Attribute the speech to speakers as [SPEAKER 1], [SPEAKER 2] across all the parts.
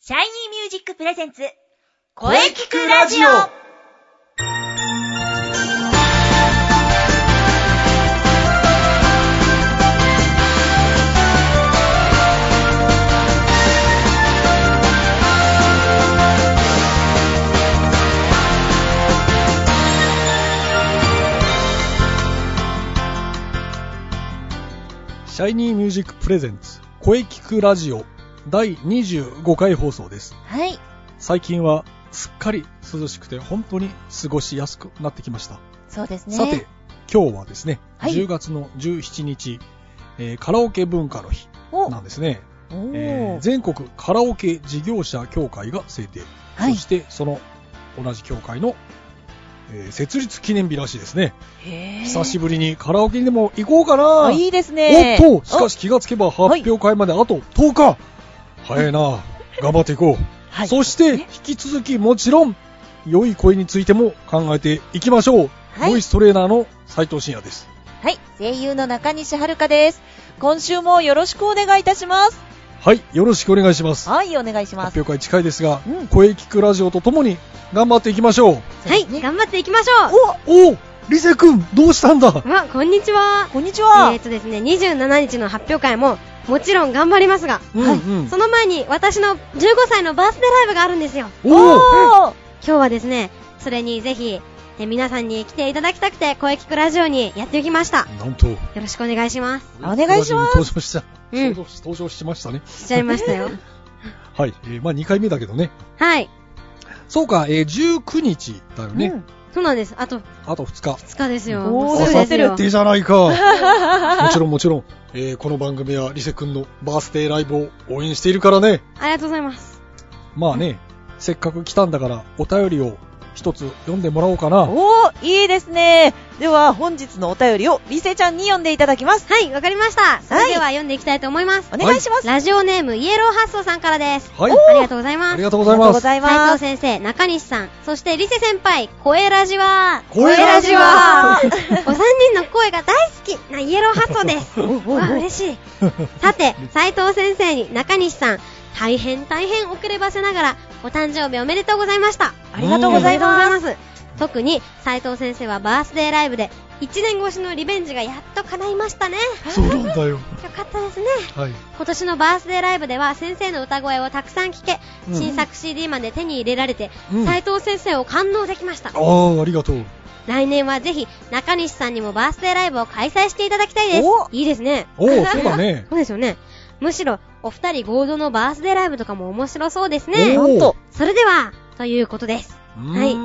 [SPEAKER 1] シャイニーミュージックプレゼンツ、
[SPEAKER 2] 声聞くラジオ
[SPEAKER 3] シャイニーミュージックプレゼンツ声聞くラジオ第25回放送です。
[SPEAKER 1] はい。
[SPEAKER 3] 最近はすっかり涼しくて本当に過ごしやすくなってきました。
[SPEAKER 1] そうですね。
[SPEAKER 3] さて、今日はですね、
[SPEAKER 1] はい
[SPEAKER 3] 10月の17日、えーカラオケ文化の日
[SPEAKER 1] お、
[SPEAKER 3] なんですね。
[SPEAKER 1] おー
[SPEAKER 3] えー全国カラオケ事業者協会が制定、
[SPEAKER 1] はい
[SPEAKER 3] そし。てその同じ協会の、えー設立記念日らしいですね。久し
[SPEAKER 1] ぶ
[SPEAKER 3] ぶりにカラオケにでも行こうかな。
[SPEAKER 1] いいですね。
[SPEAKER 3] おっとしかし気がつけば発表会まであと10日、早いな頑張っていこ
[SPEAKER 1] お、
[SPEAKER 3] う、
[SPEAKER 1] はい。
[SPEAKER 3] そして引き続きもちろん良い声についても考えていきましょう、
[SPEAKER 1] はい
[SPEAKER 3] ボイストレーナーの斉藤真也です
[SPEAKER 4] はい、声優の中西遥です。今週もよろしくお願いいたします。
[SPEAKER 3] はいよろしくお願いします
[SPEAKER 4] はい、お願いします。
[SPEAKER 3] 発表会近いですが、
[SPEAKER 4] うん
[SPEAKER 3] 声聞くラジオとともに頑張っていきましょう
[SPEAKER 1] はい、頑張っていきましょう
[SPEAKER 3] おおリセ君どうしたんだ
[SPEAKER 2] あ、こんにちは。
[SPEAKER 4] こんにち
[SPEAKER 2] え
[SPEAKER 4] は
[SPEAKER 2] っ。とですね、27日の発表会も、もちろん頑張りますが、
[SPEAKER 3] うんうん
[SPEAKER 2] その前に私の15歳のバースデーライブがあるんですよ。
[SPEAKER 3] おお
[SPEAKER 4] おー
[SPEAKER 2] 今日はですね、それにぜひ、え皆さんに来ていただきたくて、声聞くラジオにやってきました。よ
[SPEAKER 3] なんと
[SPEAKER 2] ろしくお願いします。
[SPEAKER 4] お願いします
[SPEAKER 3] 登場した、
[SPEAKER 2] うん
[SPEAKER 3] 登場し登場しましたね
[SPEAKER 2] しちゃいまし たよ。
[SPEAKER 3] はい、えーまあ2回目だけどね
[SPEAKER 2] はい。
[SPEAKER 3] そうか、えー、19日だよね、
[SPEAKER 4] うん
[SPEAKER 2] そうなんです。あと
[SPEAKER 3] あと2日
[SPEAKER 2] 2日ですよ。
[SPEAKER 4] おー
[SPEAKER 2] もうすぐです
[SPEAKER 4] そ
[SPEAKER 2] よ
[SPEAKER 4] う。
[SPEAKER 3] でじゃないかもちろんもちろん、えーこの番組はリセ君のバースデーライブを応援しているからね
[SPEAKER 2] ありがとうございます。
[SPEAKER 3] まあねせっかく来たんだからお便りを一つ読んでもらおうかな
[SPEAKER 4] おーいいですね。では、本日のお便りをリセちゃんに読んでいただきます。
[SPEAKER 2] はい、わかりました。それでは読んでいきたいと思います。
[SPEAKER 4] お願いします。
[SPEAKER 2] ラジオネーム、イエローハッソさんからです。
[SPEAKER 3] はい
[SPEAKER 2] ありがとうござい
[SPEAKER 3] あ
[SPEAKER 2] ま
[SPEAKER 3] り
[SPEAKER 2] す。
[SPEAKER 3] がと
[SPEAKER 4] あ
[SPEAKER 3] うござい
[SPEAKER 4] りがとう
[SPEAKER 3] ま
[SPEAKER 4] ご
[SPEAKER 3] す
[SPEAKER 4] ざい
[SPEAKER 2] 斉
[SPEAKER 4] ま
[SPEAKER 2] 藤
[SPEAKER 4] す。
[SPEAKER 2] 先生、中西さん、そしてリセ先輩、声ラジは、
[SPEAKER 3] 声ラ
[SPEAKER 4] ジは
[SPEAKER 2] お三人の声が大好きなイエローハッソです。
[SPEAKER 4] おうおうおう
[SPEAKER 2] わあ、嬉しい。さて、斉藤先生に中西さん、大変大変遅ればせながら、お誕生日おめでとうございました。
[SPEAKER 4] ありがとうござい
[SPEAKER 2] あり
[SPEAKER 4] ま
[SPEAKER 2] がとうございます。特に斉藤先生はバースデーライブで1年越しのリベンジがやっと叶いましたね。よ
[SPEAKER 3] そうなんだよ
[SPEAKER 2] かったですね。
[SPEAKER 3] はい
[SPEAKER 2] 今年のバースデーライブでは先生の歌声をたくさん聴け、
[SPEAKER 3] うん
[SPEAKER 2] 新作 CD まで手に入れられて、
[SPEAKER 3] うん
[SPEAKER 2] 斉藤先生を感動できました。
[SPEAKER 3] ああありがとう
[SPEAKER 2] 来年はぜひ中西さんにもバースデーライブを開催していただきたいです
[SPEAKER 4] お。
[SPEAKER 2] いいですね。
[SPEAKER 3] おおそうだね
[SPEAKER 2] そうですよね。むしろ、お二人合同のバースデーライブとかも面白そうです
[SPEAKER 3] お
[SPEAKER 2] ね
[SPEAKER 3] ー。
[SPEAKER 4] なんと。
[SPEAKER 2] それでは、ということです。
[SPEAKER 3] はい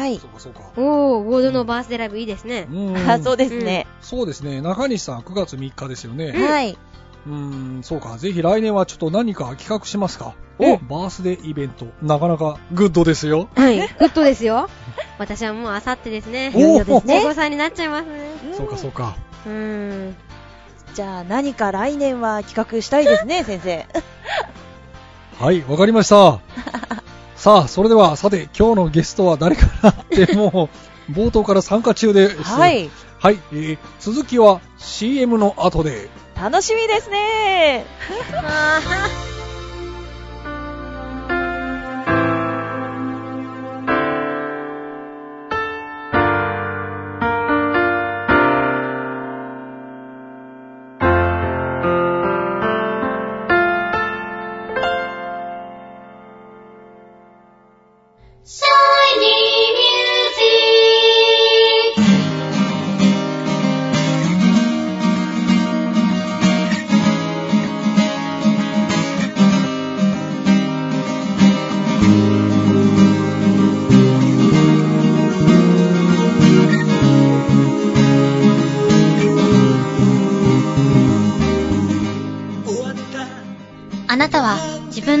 [SPEAKER 4] はい
[SPEAKER 3] そうかそう か
[SPEAKER 2] おー、合同のバースデーライブいいですね
[SPEAKER 3] う。ん
[SPEAKER 4] あそうですね。
[SPEAKER 3] そうですね中西さん9月3日ですよね
[SPEAKER 4] はい。
[SPEAKER 3] うーん、そうか。ぜひ来年はちょっと何か企画しますか。
[SPEAKER 4] お
[SPEAKER 3] バースデーイベント。なかなかグッドですよ。
[SPEAKER 2] はい、グッドですよ。私はもうあさってですね。
[SPEAKER 3] いよいよです
[SPEAKER 4] ね
[SPEAKER 2] 15歳になっちゃいますね。
[SPEAKER 3] そうかそううか。
[SPEAKER 2] うーん。
[SPEAKER 4] んじゃあ、何か来年は企画したいですね、先生。
[SPEAKER 3] はい、わかり ました。さあ、それでは、さて、今日のゲストは誰かなっ て、もう、冒頭から参加中です。
[SPEAKER 4] は。い。
[SPEAKER 3] はい、えー続きは CM の後で。
[SPEAKER 4] 楽しみですね。
[SPEAKER 2] ああなたは自分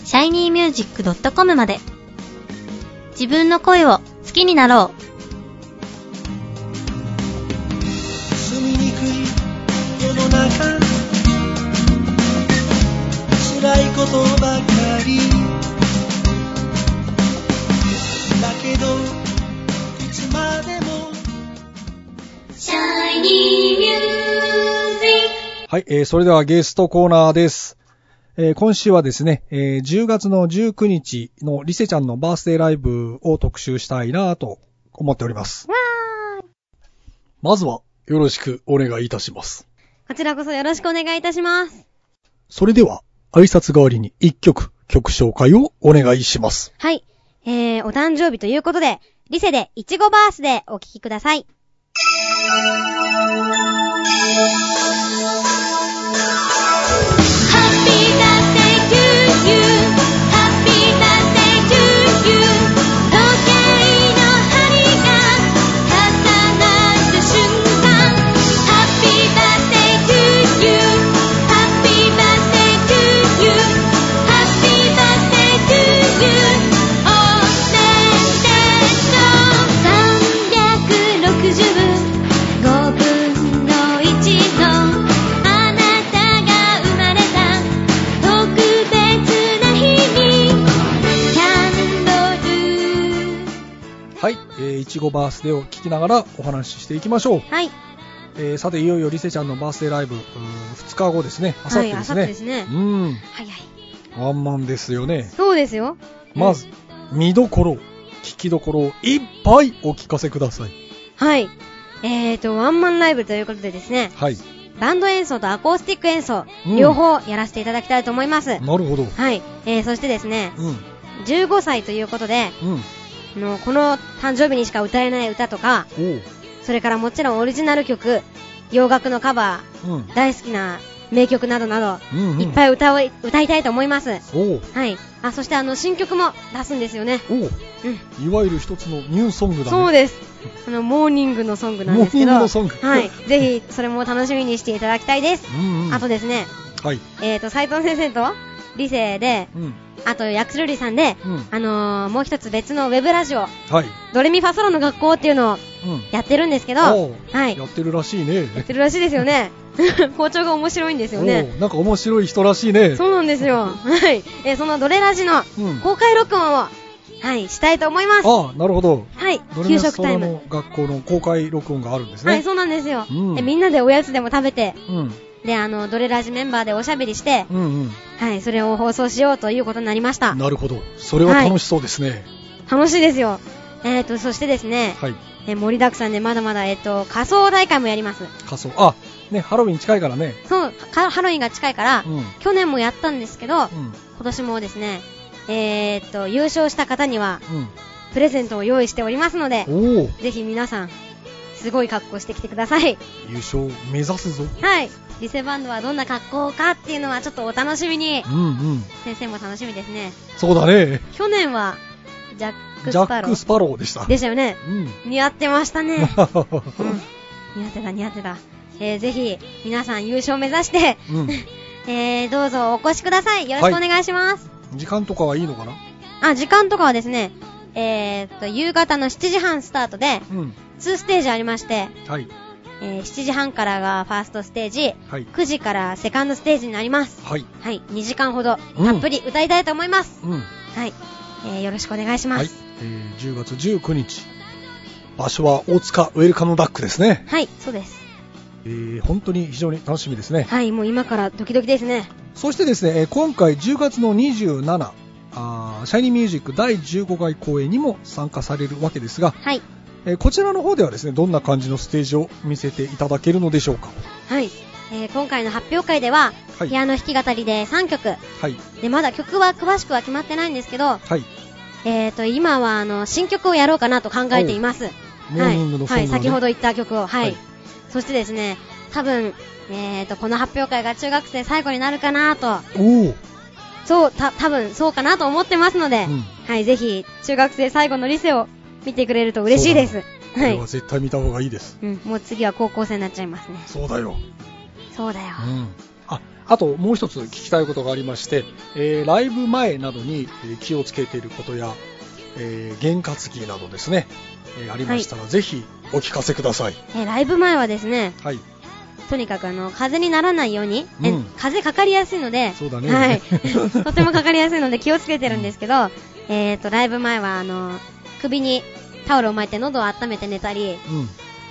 [SPEAKER 5] shinymusic.com まで。自分の声を好きになろう。
[SPEAKER 6] 住みにくい世の中辛いことばかりだけどいつまでも
[SPEAKER 5] Shiny Music
[SPEAKER 3] はい、えーそれではゲストコーナーです。えー今週はですね、えー10月の19日のリセちゃんのバースデーライブを特集したいなと思っております。まずは、よろしくお願いいたします。
[SPEAKER 2] こちらこそよろしくお願いいたします。
[SPEAKER 3] それでは、挨拶代わりに一曲、曲紹介をお願いします。
[SPEAKER 2] はい。えー、お誕生日ということで、リセでいちごバースデーお聴きください。
[SPEAKER 5] 5分の1のあなたが生まれた特別な日にキャンドル
[SPEAKER 3] はい、えー、いちごバースデーを聞きながらお話ししていきましょう。
[SPEAKER 2] はい。
[SPEAKER 3] えーさて、いよいよリセちゃんのバースデーライブ、うー2日後ですね。あさってですね。
[SPEAKER 2] はい、明後日ですね。
[SPEAKER 3] うん、
[SPEAKER 2] はいはい。
[SPEAKER 3] ワンマンですよね。
[SPEAKER 2] そうですよ。
[SPEAKER 3] まず、見どころ、聞きどころをいっぱいお聞かせください。
[SPEAKER 2] はい。えーと、ワンマンライブということでですね、
[SPEAKER 3] はい。
[SPEAKER 2] バンド演奏とアコースティック演奏、
[SPEAKER 3] うん
[SPEAKER 2] 両方やらせていただきたいと思います。
[SPEAKER 3] なるほど。
[SPEAKER 2] はい。えー、そしてですね、
[SPEAKER 3] うん、
[SPEAKER 2] 15歳ということで、
[SPEAKER 3] うん。
[SPEAKER 2] あのこの誕生日にしか歌えない歌とか、
[SPEAKER 3] おう。
[SPEAKER 2] それからもちろんオリジナル曲、洋楽のカバ
[SPEAKER 3] うん
[SPEAKER 2] ー、。大好きな名曲などなど、
[SPEAKER 3] うん、うん。
[SPEAKER 2] いっぱい歌を歌いたいと思います。
[SPEAKER 3] おう。
[SPEAKER 2] はい。あ、そしてあの、新曲も出すんですよね。
[SPEAKER 3] おう。
[SPEAKER 2] う
[SPEAKER 3] い
[SPEAKER 2] ん。
[SPEAKER 3] わゆる一つのニューソングだね。
[SPEAKER 2] そうです。あの、モーニングのソングなんですけど。
[SPEAKER 3] モーニングのソング
[SPEAKER 2] はい。ぜひ、それも楽しみにしていただきたいです。
[SPEAKER 3] うん、うん。
[SPEAKER 2] あとですね、
[SPEAKER 3] はい。
[SPEAKER 2] えっ、と、斉藤先生と、理性で、
[SPEAKER 3] うん。
[SPEAKER 2] あと、薬師瑠璃さんで、
[SPEAKER 3] うん
[SPEAKER 2] あのーもう一つ別のウェブラジオ、
[SPEAKER 3] はい。
[SPEAKER 2] ドレミファソロの学校っていうのを
[SPEAKER 3] うん。
[SPEAKER 2] やってるんですけど、
[SPEAKER 3] おう
[SPEAKER 2] はい。
[SPEAKER 3] や
[SPEAKER 2] や
[SPEAKER 3] ってるらしいね。
[SPEAKER 2] ってるらしいですよね。 校長が面白いんですよね。
[SPEAKER 3] おうなんか面白い人らしいね。
[SPEAKER 2] そうなんですよ。はい。えーそのドレラジの
[SPEAKER 3] うん
[SPEAKER 2] 公開録音を、はい、したいと思います。
[SPEAKER 3] ああ、なるほど。
[SPEAKER 2] はい
[SPEAKER 3] ド、レ
[SPEAKER 2] 給
[SPEAKER 3] ミファ
[SPEAKER 2] 食
[SPEAKER 3] ソ
[SPEAKER 2] タイ
[SPEAKER 3] ロ
[SPEAKER 2] ム
[SPEAKER 3] の。学校の公開録音があるんですね。
[SPEAKER 2] はい、そうなんですよ、
[SPEAKER 3] うん
[SPEAKER 2] え。みんなでおやつでも食べて、
[SPEAKER 3] うん。
[SPEAKER 2] で、あの、ドレラジメンバーでおしゃべりして、
[SPEAKER 3] うん
[SPEAKER 2] はい、それを放送しようということになりまし
[SPEAKER 3] う
[SPEAKER 2] た
[SPEAKER 3] ん。。なるほど。それは楽しそうですね。
[SPEAKER 2] 楽しいですよ。えっ、と、そしてですね、
[SPEAKER 3] はい。
[SPEAKER 2] えー盛りだくさんでまだまだ、えっ、と、仮装大会もやります。
[SPEAKER 3] 仮装。あ、ね、ハロウィン近いからね。
[SPEAKER 2] そう、かハロウィンが近いから、
[SPEAKER 3] うん。うん。
[SPEAKER 2] 去年もやったんですけど、今年もですね、えっ、と、優勝した方には、プレゼントを用意しておりますので、
[SPEAKER 3] うん。おお。
[SPEAKER 2] ぜひ皆さん、すごい格好してきてくださ い。
[SPEAKER 3] 優勝目指すぞ。
[SPEAKER 2] はい。リセバンドはどんな格好かっていうのはちょっとお楽しみに。
[SPEAKER 3] うんうん。
[SPEAKER 2] 先生も楽しみですね。
[SPEAKER 3] そうだね。
[SPEAKER 2] 去年は、ジャック・
[SPEAKER 3] ジ
[SPEAKER 2] ス
[SPEAKER 3] ャ
[SPEAKER 2] パ
[SPEAKER 3] ッ
[SPEAKER 2] ロ
[SPEAKER 3] ク・ス
[SPEAKER 2] ー
[SPEAKER 3] パローでした。
[SPEAKER 2] でしたよね。
[SPEAKER 3] うん。
[SPEAKER 2] 似合ってまし たね。うん似合ってた、似合ってた。えー、ぜひ、皆さん優勝目指して、
[SPEAKER 3] うん。
[SPEAKER 2] えー、どうぞお越しください。よろしくお願いします。
[SPEAKER 3] 時間とかはいいのかな
[SPEAKER 2] あ、時間とかはですね、えー、っと、夕方の7時半スタートで、
[SPEAKER 3] うん。
[SPEAKER 2] 2ステージありまして、
[SPEAKER 3] はい。
[SPEAKER 2] えー、7時半からがファーストステージ、
[SPEAKER 3] はい。
[SPEAKER 2] 9時からセカンドステージになります。
[SPEAKER 3] はい。
[SPEAKER 2] はい、2時間ほど
[SPEAKER 3] うん
[SPEAKER 2] たっぷり歌いたいと思います。
[SPEAKER 3] うん。
[SPEAKER 2] はい、えー、よろしくお願いしま
[SPEAKER 3] はい
[SPEAKER 2] す。。
[SPEAKER 3] えー10月19日。場所は大塚ウェルカムバックですね。
[SPEAKER 2] はい、そうです。
[SPEAKER 3] えー本当に非常に楽しみですね。
[SPEAKER 2] はい、もう今からドキドキですね。
[SPEAKER 3] そしてですね、えー今回10月の27、あーシャイニーミュージック第15回公演にも参加されるわけですが、
[SPEAKER 2] はい、
[SPEAKER 3] えーこちらの方ではですね、どんな感じのステージを見せていただけるのでしょうか。
[SPEAKER 2] はい。えー、今回の発表会では、
[SPEAKER 3] はい
[SPEAKER 2] ピアノ弾き語りで3曲。
[SPEAKER 3] はい。
[SPEAKER 2] で、まだ曲は詳しくは決まってないんですけど、
[SPEAKER 3] はい。
[SPEAKER 2] えーと、今はあの、新曲をやろうかなと考えています。
[SPEAKER 3] モ
[SPEAKER 2] は
[SPEAKER 3] ー
[SPEAKER 2] い
[SPEAKER 3] ニングのソング
[SPEAKER 2] はい、
[SPEAKER 3] をね
[SPEAKER 2] 先ほど言った曲を。は
[SPEAKER 3] は
[SPEAKER 2] い。
[SPEAKER 3] い
[SPEAKER 2] そしてですね、多分、えーと、この発表会が中学生最後になるかなと、
[SPEAKER 3] おお。
[SPEAKER 2] そう、た、多分そうかなと思ってますので、
[SPEAKER 3] うん
[SPEAKER 2] はい、ぜひ、中学生最後の理性を見てくれると嬉しいです。
[SPEAKER 3] こ
[SPEAKER 2] は
[SPEAKER 3] れ
[SPEAKER 2] い
[SPEAKER 3] は。絶対見た方がいいです。
[SPEAKER 2] うん、もう次は高校生になっちゃいますね。
[SPEAKER 3] そうだよ。
[SPEAKER 2] そうだよ。
[SPEAKER 3] うん。あ、あともう一つ聞きたいことがありまして、えーライブ前などにえー気をつけていることや、えー、験担ぎなどですね、えーありましたら、ぜひお聞かせください。
[SPEAKER 2] えーライブ前はですね、
[SPEAKER 3] はい。
[SPEAKER 2] とにかくあの風邪にならないように、え
[SPEAKER 3] うん
[SPEAKER 2] 風邪かかりやすいので、
[SPEAKER 3] そうだね
[SPEAKER 2] はい、とてもかかりやすいので気をつけてるんですけど、えー、とライブ前はあの首にタオルを巻いて喉を温めて寝たり、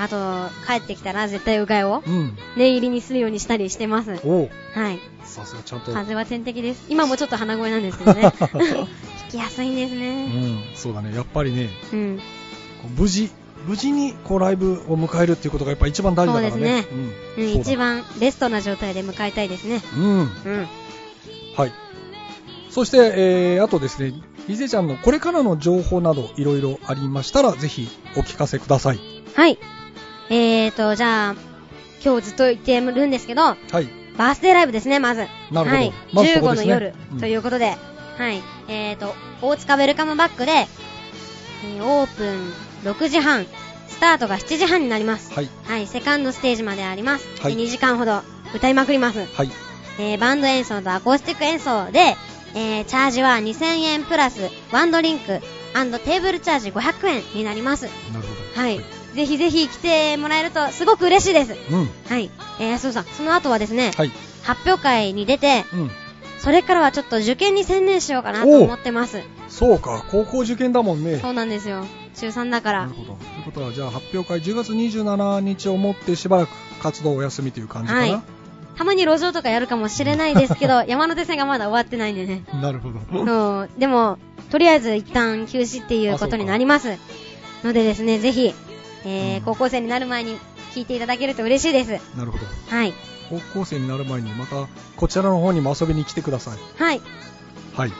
[SPEAKER 2] あと帰ってきたら絶対うがいを
[SPEAKER 3] うん。うん。
[SPEAKER 2] 念入りにするようにしたりしてます。はい、
[SPEAKER 3] おう
[SPEAKER 2] 風
[SPEAKER 3] さすがちゃんと。
[SPEAKER 2] 邪は天敵です。今もちょっと鼻声なんですけどね。 引きやすいんです
[SPEAKER 3] う
[SPEAKER 2] ね。
[SPEAKER 3] ん、そうだね。やっぱりね、
[SPEAKER 2] うん、
[SPEAKER 3] こう無事、無事にこうライブを迎えるっていうことがやっぱ一番大事だからね。
[SPEAKER 2] そううんん、
[SPEAKER 3] そうだ
[SPEAKER 2] 一番ベストな状態で迎えたいですね。
[SPEAKER 3] うん。
[SPEAKER 2] うん、
[SPEAKER 3] はい。そして、えー、あとですね、リゼちゃんのこれからの情報などいろいろありましたら、ぜひお聞かせください。
[SPEAKER 2] はい。えーと、じゃあ、今日ずっと言ってるんですけど、
[SPEAKER 3] はい。
[SPEAKER 2] バースデーライブですね、まず。
[SPEAKER 3] なるほど
[SPEAKER 2] はい。
[SPEAKER 3] まずそこで
[SPEAKER 2] 15の
[SPEAKER 3] すね
[SPEAKER 2] 夜、
[SPEAKER 3] うん
[SPEAKER 2] ということで、はい。えーと、大塚ウェルカムバックで、えーオープン6時半、スタートが7時半になります。
[SPEAKER 3] はい。
[SPEAKER 2] はい、セカンドステージまであります。
[SPEAKER 3] はい
[SPEAKER 2] 2時間ほど歌いまくります。
[SPEAKER 3] はい。
[SPEAKER 2] えーバンド演奏とアコースティック演奏で、えーチャージは2000円プラスワンドリンクテーブルチャージ500円になります。
[SPEAKER 3] なるほど。
[SPEAKER 2] はい。ぜひぜひ来てもらえるとすごく嬉しいです。
[SPEAKER 3] うん。
[SPEAKER 2] はい。えー、そうさん、その後はですね、
[SPEAKER 3] はい。
[SPEAKER 2] 発表会に出て、
[SPEAKER 3] うん。
[SPEAKER 2] それからはちょっと受験に専念しようかなと思ってます。
[SPEAKER 3] そうか、高校受験だもんね。
[SPEAKER 2] そうなんですよ。中3だか
[SPEAKER 3] な
[SPEAKER 2] ら
[SPEAKER 3] る。ほど。ということは、じゃあ発表会10月27日をもってしばらく活動お休みという感じかな。
[SPEAKER 2] はいたまに路上とかやるかもしれないですけ ど、山手線がまだ終わってないんでね。
[SPEAKER 3] なるほど。
[SPEAKER 2] そう。でも、とりあえず一旦休止っていうことになります。のでですね、ぜひ、えー
[SPEAKER 3] うん
[SPEAKER 2] 高校生になる前に聞いていただけると嬉しいです。
[SPEAKER 3] なるほど。
[SPEAKER 2] はい。
[SPEAKER 3] 高校生になる前にまたこちらの方にも遊びに来てください。
[SPEAKER 2] はい。
[SPEAKER 3] はい。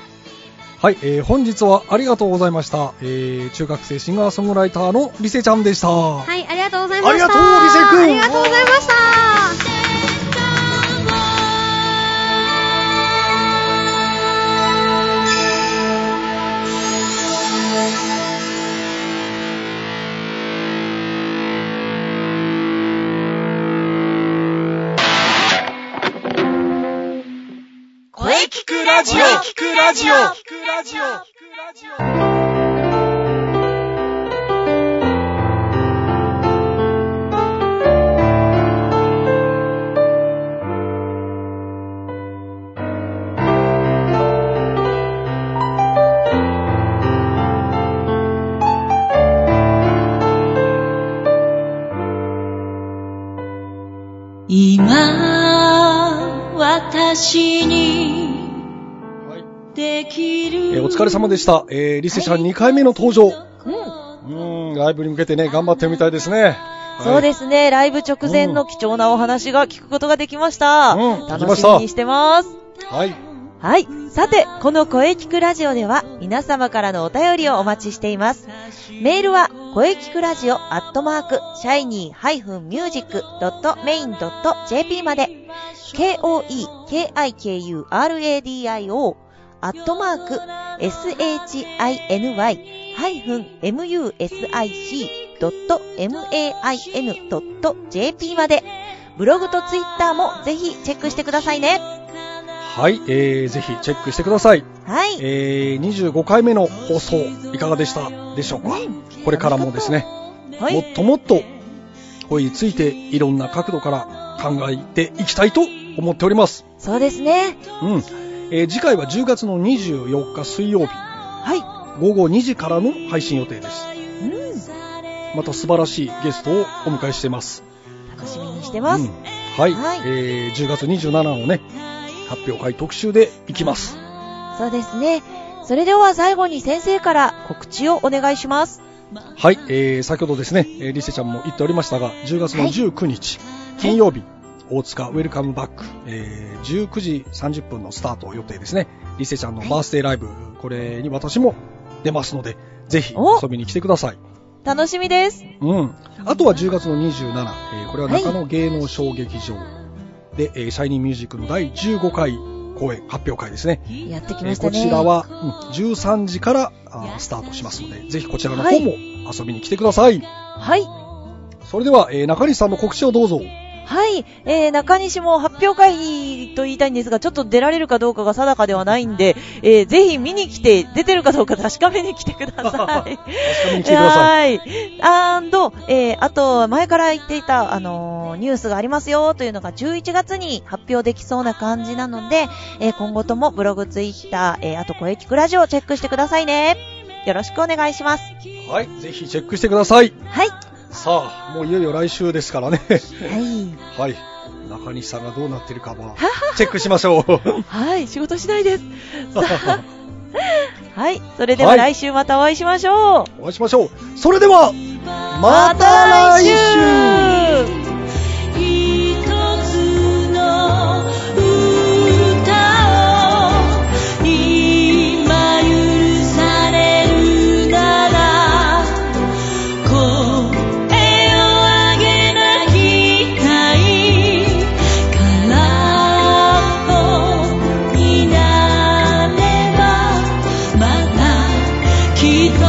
[SPEAKER 3] はい、えー本日はありがとうございました。えー中学生シンガーソングライターのリセちゃんでした。
[SPEAKER 2] はい、ありがとうございました。
[SPEAKER 3] ありがとうリセ君
[SPEAKER 2] ありがとうございました。
[SPEAKER 6] 声聞くラジオ聞くラジオ聞くラジオ今私に
[SPEAKER 3] はい
[SPEAKER 6] でき
[SPEAKER 3] え
[SPEAKER 6] る
[SPEAKER 3] ーお疲れ様でした。えーリセちゃん2回目の登場。う
[SPEAKER 4] うん。
[SPEAKER 3] ーん、ライブに向けてね、頑張ってるみたいですね。はい
[SPEAKER 4] そうですね。ライブ直前の貴重なお話が聞くことができました。
[SPEAKER 3] うん
[SPEAKER 4] 楽しみにしてます。
[SPEAKER 3] はい。
[SPEAKER 4] はい。さて、この声聞くラジオでは皆様からのお便りをお待ちしています。メールは、声聞くラジオアットマーク、シャイニー -music.main.jp まで、k-o-e-k-i-k-u-r-a-d-i-o アットマーク、shiny-music.main.jp まで、ブログとツイッターもぜひチェックしてくださいね。
[SPEAKER 3] はい、えーぜひチェックしてください。
[SPEAKER 4] はい。
[SPEAKER 3] えー25回目の放送、いかがでしたでしょうかこれからもですね、
[SPEAKER 4] はい
[SPEAKER 3] もっともっと、声についていろんな角度から考えていきたいと思っております。
[SPEAKER 4] そうですね。
[SPEAKER 3] うん。えー次回は10月の24日水曜日、
[SPEAKER 4] はい。
[SPEAKER 3] 午後2時からの配信予定です。
[SPEAKER 4] うん。
[SPEAKER 3] また素晴らしいゲストをお迎えしています。
[SPEAKER 4] 楽しみにしてます。
[SPEAKER 3] うんはい、
[SPEAKER 4] はい
[SPEAKER 3] えー10月27のね、発表会特集でいきます。
[SPEAKER 4] そうですね。それでは最後に先生から告知をお願いします。
[SPEAKER 3] はい、えー先ほどですね、えーリセちゃんも言っておりましたが、10月の19日、金曜日、大塚ウェルカムバック、えー19時30分のスタート予定ですね。リセちゃんのバースデーライブ、これに私も出ますので、ぜひ
[SPEAKER 4] お
[SPEAKER 3] 遊びに来てください。
[SPEAKER 4] 楽しみです。
[SPEAKER 3] うん。あとは10月の27、えーこれは中野芸能小劇場で、えーシャイニーミュージックの第15回公演、発表会ですね。
[SPEAKER 4] やってき
[SPEAKER 3] え
[SPEAKER 4] ま
[SPEAKER 3] ー
[SPEAKER 4] した
[SPEAKER 3] こ
[SPEAKER 4] ね。
[SPEAKER 3] ちらは、うん13時からあースタートしますので、ぜひこちらの方も遊びに来てください。
[SPEAKER 4] はい。
[SPEAKER 3] それでは、えー中西さんの告知をどうぞ。
[SPEAKER 4] はい、えー、中西も発表会と言いたいんですが、ちょっと出られるかどうかが定かではないんで、えー、ぜひ見に来て、出てるかどうか確かめに来てくださ い。
[SPEAKER 3] 確かに来てください。
[SPEAKER 4] はい。アンド、えー、あと、前から言っていた、あのーニュースがありますよというのが11月に発表できそうな感じなので、えー今後ともブログ、ツイッター、えー、あと声聞くラジオをチェックしてくださいね。よろしくお願いします。
[SPEAKER 3] はい、ぜひチェックしてください。
[SPEAKER 4] はい。
[SPEAKER 3] さあ、もういよいよ来週ですからね。
[SPEAKER 4] はい。
[SPEAKER 3] はい。中西さんがどうなってるか は、チェックしましょう。
[SPEAKER 4] はい、仕事しない です。さあはい、それでは来週またお会いしましょう。
[SPEAKER 3] お会いしましょう。それでは、また来週
[SPEAKER 4] 週
[SPEAKER 6] 「ひとつの歌を今許されるなら」「声をあげなきたい」「空っぽになればまたきっと」